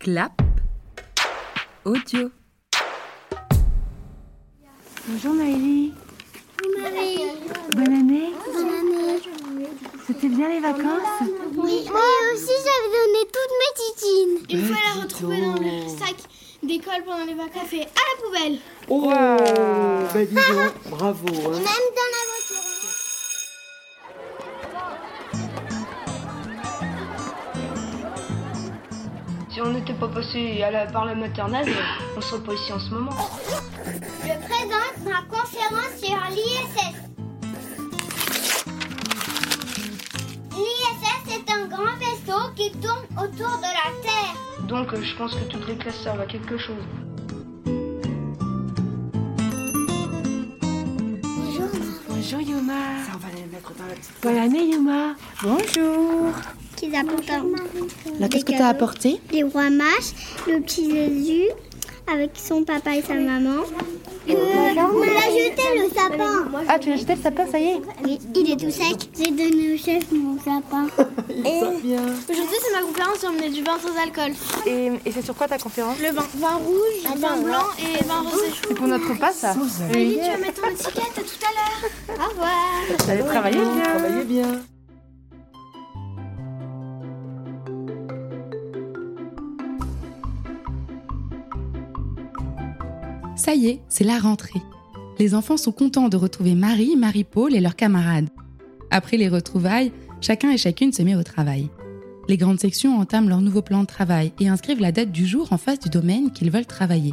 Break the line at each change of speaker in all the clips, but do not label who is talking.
Clap audio.
Bonjour Maëlie,
Marie.
bonne année.
Bonne année.
C'était bien les vacances
Oui. Moi aussi, j'avais donné toutes mes titines.
Une fois la retrouver dans le sac d'école pendant les vacances et à la poubelle.
Oh, bah dis donc, bravo. hein.
Même dans la voiture.
Si on n'était pas passé à la- par la maternelle, on serait pas ici en ce moment.
Je présente ma conférence sur l'ISS. L'ISS est un grand vaisseau qui tourne autour de la Terre.
Donc euh, je pense que toutes les classes servent à quelque chose.
Bonjour Yuma. Ça, on va les mettre dans Bonne année Yuma. Bonjour.
Qu'ils apportent
Là, qu'est-ce que t'as apporté
les rois mages, le petit Jésus avec son papa et sa maman. Euh, on a jeté le sapin.
Ah, tu l'as jeté le sapin, ça y est
Oui, il est tout sec. J'ai donné au chef mon sapin.
Aujourd'hui, c'est ma conférence sur mener du vin sans alcool.
Et, et c'est sur quoi ta conférence Ah,
Le vin. Vin rouge, vin blanc et vin rosé.
C'est pour notre repas, ça
Maëlie, tu vas mettre ton étiquette à tout à l'heure.
Au revoir.
Ça va travailler bien.
Travaillez bien.
Ça y est, c'est la rentrée. Les enfants sont contents de retrouver Marie, Marie-Paul et leurs camarades. Après les retrouvailles, chacun et chacune se met au travail. Les grandes sections entament leur nouveau plan de travail et inscrivent la date du jour en face du domaine qu'ils veulent travailler.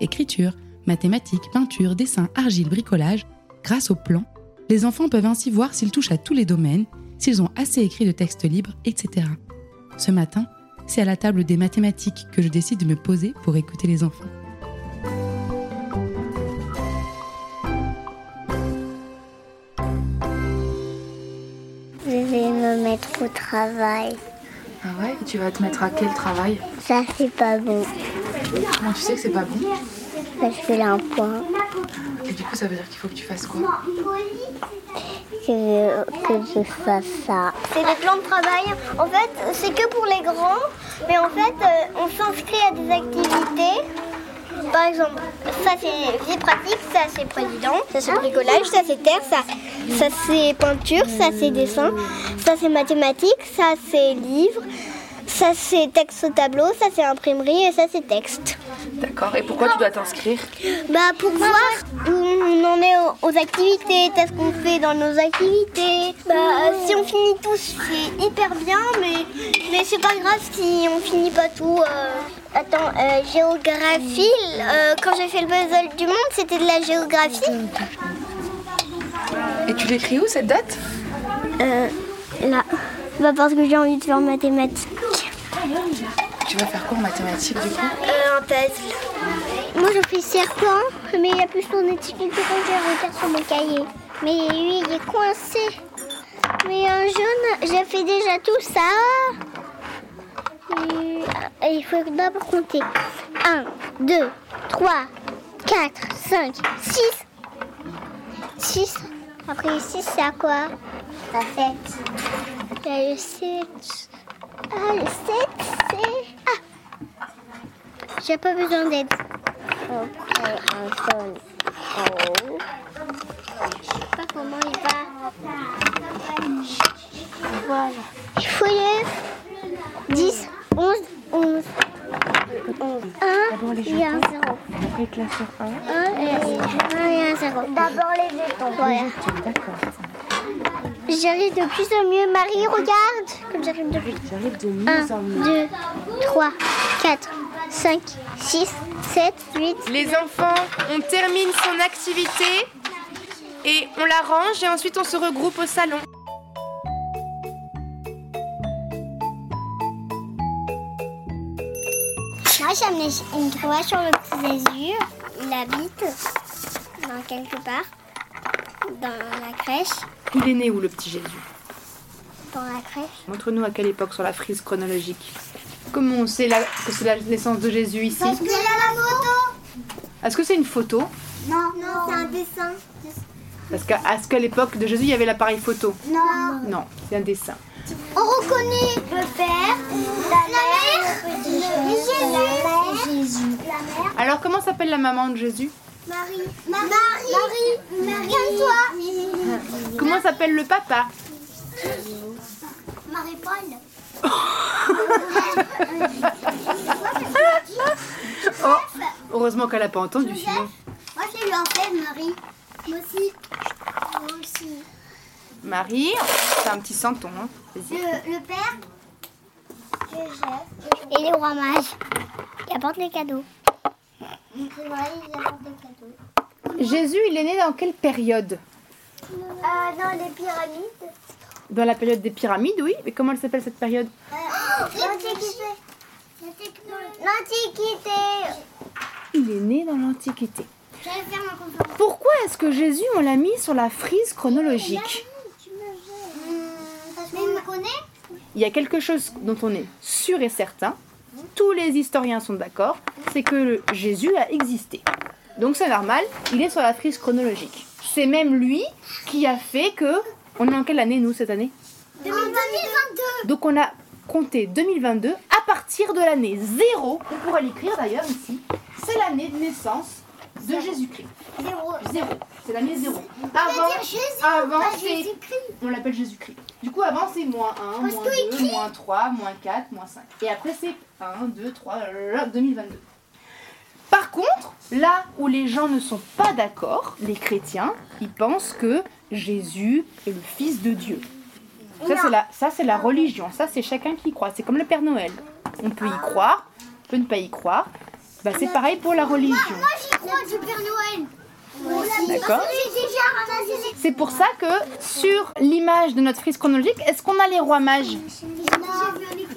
Écriture, mathématiques, peinture, dessin, argile, bricolage, grâce au plan, les enfants peuvent ainsi voir s'ils touchent à tous les domaines, s'ils ont assez écrit de textes libres, etc. Ce matin, c'est à la table des mathématiques que je décide de me poser pour écouter les enfants.
Je vais me mettre au travail.
Ah ouais et Tu vas te mettre à quel travail
Ça, c'est pas bon.
Comment tu sais que c'est pas bon
Parce que là, un point,
Et du coup, ça veut dire qu'il faut que tu fasses quoi
je veux que je fasse ça. C'est des plans de travail. En fait, c'est que pour les grands. Mais en fait, euh, on s'inscrit à des activités. Par exemple, ça c'est vie pratique, ça c'est président, ça c'est bricolage, ça c'est terre, ça, ça c'est peinture, ça c'est dessin, ça c'est mathématiques, ça c'est livre, ça c'est texte au tableau, ça c'est imprimerie et ça c'est texte.
D'accord. Et pourquoi tu dois t'inscrire
Bah pour voir où on en est aux, aux activités, qu'est-ce qu'on fait dans nos activités. Bah euh, si on finit tous, c'est hyper bien, mais, mais c'est pas grave si on finit pas tout. euh. Attends, euh, géographie, euh, quand j'ai fait le puzzle du monde, c'était de la géographie.
Et tu l'écris où cette date
Euh, Là, bah parce que j'ai envie de faire mathématiques.
Tu vas faire quoi en mathématiques du coup
un puzzle. Moi je fais serpent, mais il y a plus son étiquette que quand je regarde sur mon cahier. Mais lui il est coincé. Mais un jaune, j'ai fait déjà tout ça. Et euh, il faut d'abord compter. 1, 2, 3, 4, 5, 6. 6. Après 6, c'est à quoi Ça fait. Il y a le 7. Ah, le 7, c'est. Ah, j'ai pas besoin d'aide. On prend un jaune en haut. Je sais pas comment il va. Voilà. Il faut les 10, 11, 11. 1 et un 0. Après, classeur 1. 1 et un 0. D'abord les jetons. Voilà. J'arrive de plus en mieux. Marie, regarde. Comme j'arrive de plus 1, 2, 3, 4, 5, 6, 7, 8.
Les enfants, on termine son activité et on la range et ensuite on se regroupe au salon.
Moi, j'ai amené une croix sur le petit azur. Il habite dans quelque part, dans la crèche.
Il est né où le petit Jésus
Dans la crèche.
Montre-nous à quelle époque sur la frise chronologique. Comment on sait la- que c'est la naissance de Jésus ici
qu'il y a la photo
Est-ce que c'est une photo
Non, non, c'est un dessin.
Parce qu'à à ce qu'à l'époque de Jésus, il y avait l'appareil photo.
Non.
Non, c'est un dessin.
On reconnaît le père, la mère, le Jésus. mère.
Alors, comment s'appelle la maman de Jésus
Marie. Marie. Marie. Marie. Calme-toi.
Comment s'appelle le papa
Marie-Paul.
Heureusement qu'elle n'a pas entendu.
Joseph. Moi, je lui en fais, Marie. Moi aussi. Moi aussi.
Marie, c'est un petit santon. hein. Vas-y.
Le, le père. Et les rois mages. Ils apportent les cadeaux. Oui, ils apportent des cadeaux.
Jésus, il est né dans quelle période
Euh, dans les pyramides.
Dans la période des pyramides, oui. Mais comment elle s'appelle cette période
Oh, L'Antiquité. L'Antiquité.
Il est né dans l'Antiquité.
Je vais faire ma conférence.
Pourquoi est-ce que Jésus, on l'a mis sur la frise chronologique
Mmh, Hmm, Parce qu'on me connaît
Il y a quelque chose dont on est sûr et certain, tous les historiens sont d'accord, c'est que le Jésus a existé. Donc c'est normal, il est sur la frise chronologique. C'est même lui qui a fait que... On est en quelle année, nous, cette année
2022.
Donc on a compté 2022 à partir de l'année 0. On pourrait l'écrire d'ailleurs ici. C'est l'année de naissance de Jésus-Christ.
Zéro.
Zéro. C'est l'année 0.
C'est-à-dire
Avant,
Jésus.
avant,
pas
c'est-
Jésus-Christ.
on l'appelle Jésus-Christ. Du coup, avant, c'est moins 1,
Parce
moins
que
2, moins 3, moins 4, moins 5. Et après, c'est 1, 2, 3, 2022. Par contre, là où les gens ne sont pas d'accord, les chrétiens, ils pensent que Jésus est le Fils de Dieu. Ça, c'est la, ça, c'est la religion. Ça, c'est chacun qui y croit. C'est comme le Père Noël. On peut y croire, on peut ne pas y croire. Bah, c'est pareil pour la religion.
J'y crois du Père Noël.
D'accord
J'ai déjà ramassé les
C'est pour ça que sur l'image de notre frise chronologique, est-ce qu'on a les rois mages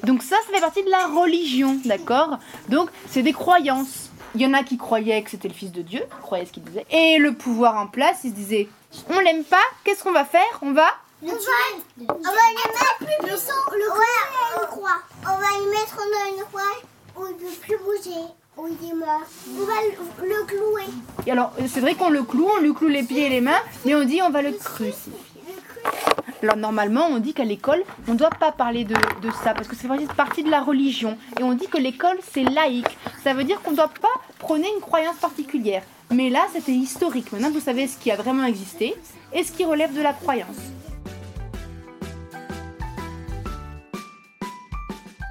Donc ça, ça fait partie de la religion, d'accord Donc c'est des croyances. Il y en a qui croyaient que c'était le fils de Dieu, qui croyaient ce qu'il disait. Et le pouvoir en place, ils se disaient, on l'aime pas, qu'est-ce qu'on va faire On va...
On va, on va les mettre plus puissant. Le ouais, on croix. On va y mettre dans une croix où il ne peut plus bouger, où il est mort. On va le, le clouer.
Et alors, c'est vrai qu'on le cloue, on lui cloue les pieds et les mains, mais on dit on va le crucifier. Alors normalement, on dit qu'à l'école, on ne doit pas parler de, de ça, parce que c'est vraiment partie de la religion. Et on dit que l'école, c'est laïque. Ça veut dire qu'on ne doit pas prôner une croyance particulière. Mais là, c'était historique. Maintenant, vous savez ce qui a vraiment existé et ce qui relève de la croyance.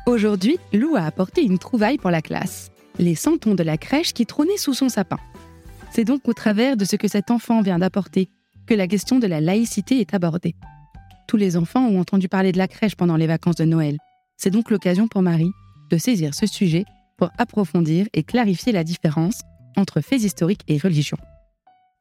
Aujourd'hui, Lou a apporté une trouvaille pour la classe, les santons de la crèche qui trônaient sous son sapin. C'est donc au travers de ce que cet enfant vient d'apporter que la question de la laïcité est abordée. Tous les enfants ont entendu parler de la crèche pendant les vacances de Noël. C'est donc l'occasion pour Marie de saisir ce sujet pour approfondir et clarifier la différence entre faits historiques et religion.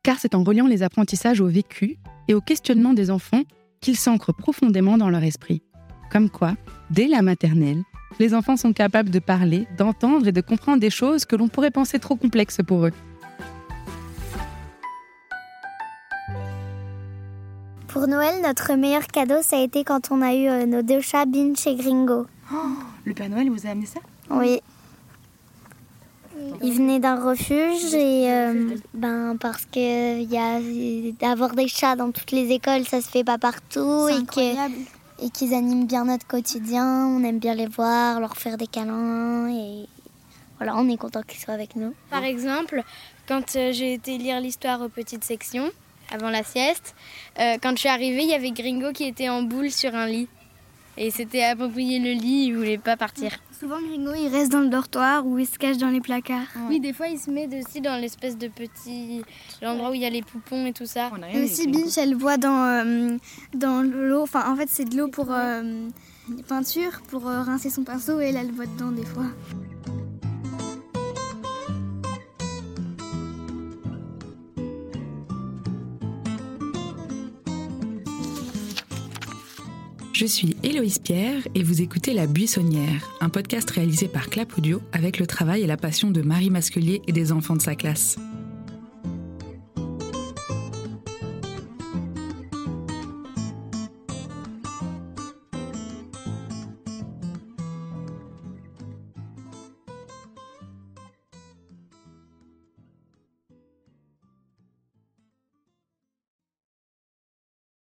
Car c'est en reliant les apprentissages au vécu et au questionnement des enfants qu'ils s'ancrent profondément dans leur esprit. Comme quoi, dès la maternelle, les enfants sont capables de parler, d'entendre et de comprendre des choses que l'on pourrait penser trop complexes pour eux.
Pour Noël, notre meilleur cadeau, ça a été quand on a eu euh, nos deux chats, Binch et Gringo.
Le Père Noël vous a amené ça
Oui. Ils venaient d'un refuge et euh, ben parce que il y a d'avoir des chats dans toutes les écoles, ça se fait pas partout et que et qu'ils animent bien notre quotidien. On aime bien les voir, leur faire des câlins et voilà, on est content qu'ils soient avec nous.
Par exemple, quand euh, j'ai été lire l'histoire aux petites sections, avant la sieste, euh, quand je suis arrivée, il y avait Gringo qui était en boule sur un lit. Et c'était approprié le lit, il voulait pas partir.
Souvent, Gringo, il reste dans le dortoir ou il se cache dans les placards.
Oui, des fois, il se met aussi dans l'espèce de petit. l'endroit où il y a les poupons et tout ça.
Euh,
Mais aussi, Binge, elle voit dans, euh, dans l'eau. Enfin, en fait, c'est de l'eau pour euh, peinture, pour euh, rincer son pinceau, et elle, elle voit dedans des fois.
Je suis Héloïse Pierre et vous écoutez La Buissonnière, un podcast réalisé par Clap Audio avec le travail et la passion de Marie Masculier et des enfants de sa classe.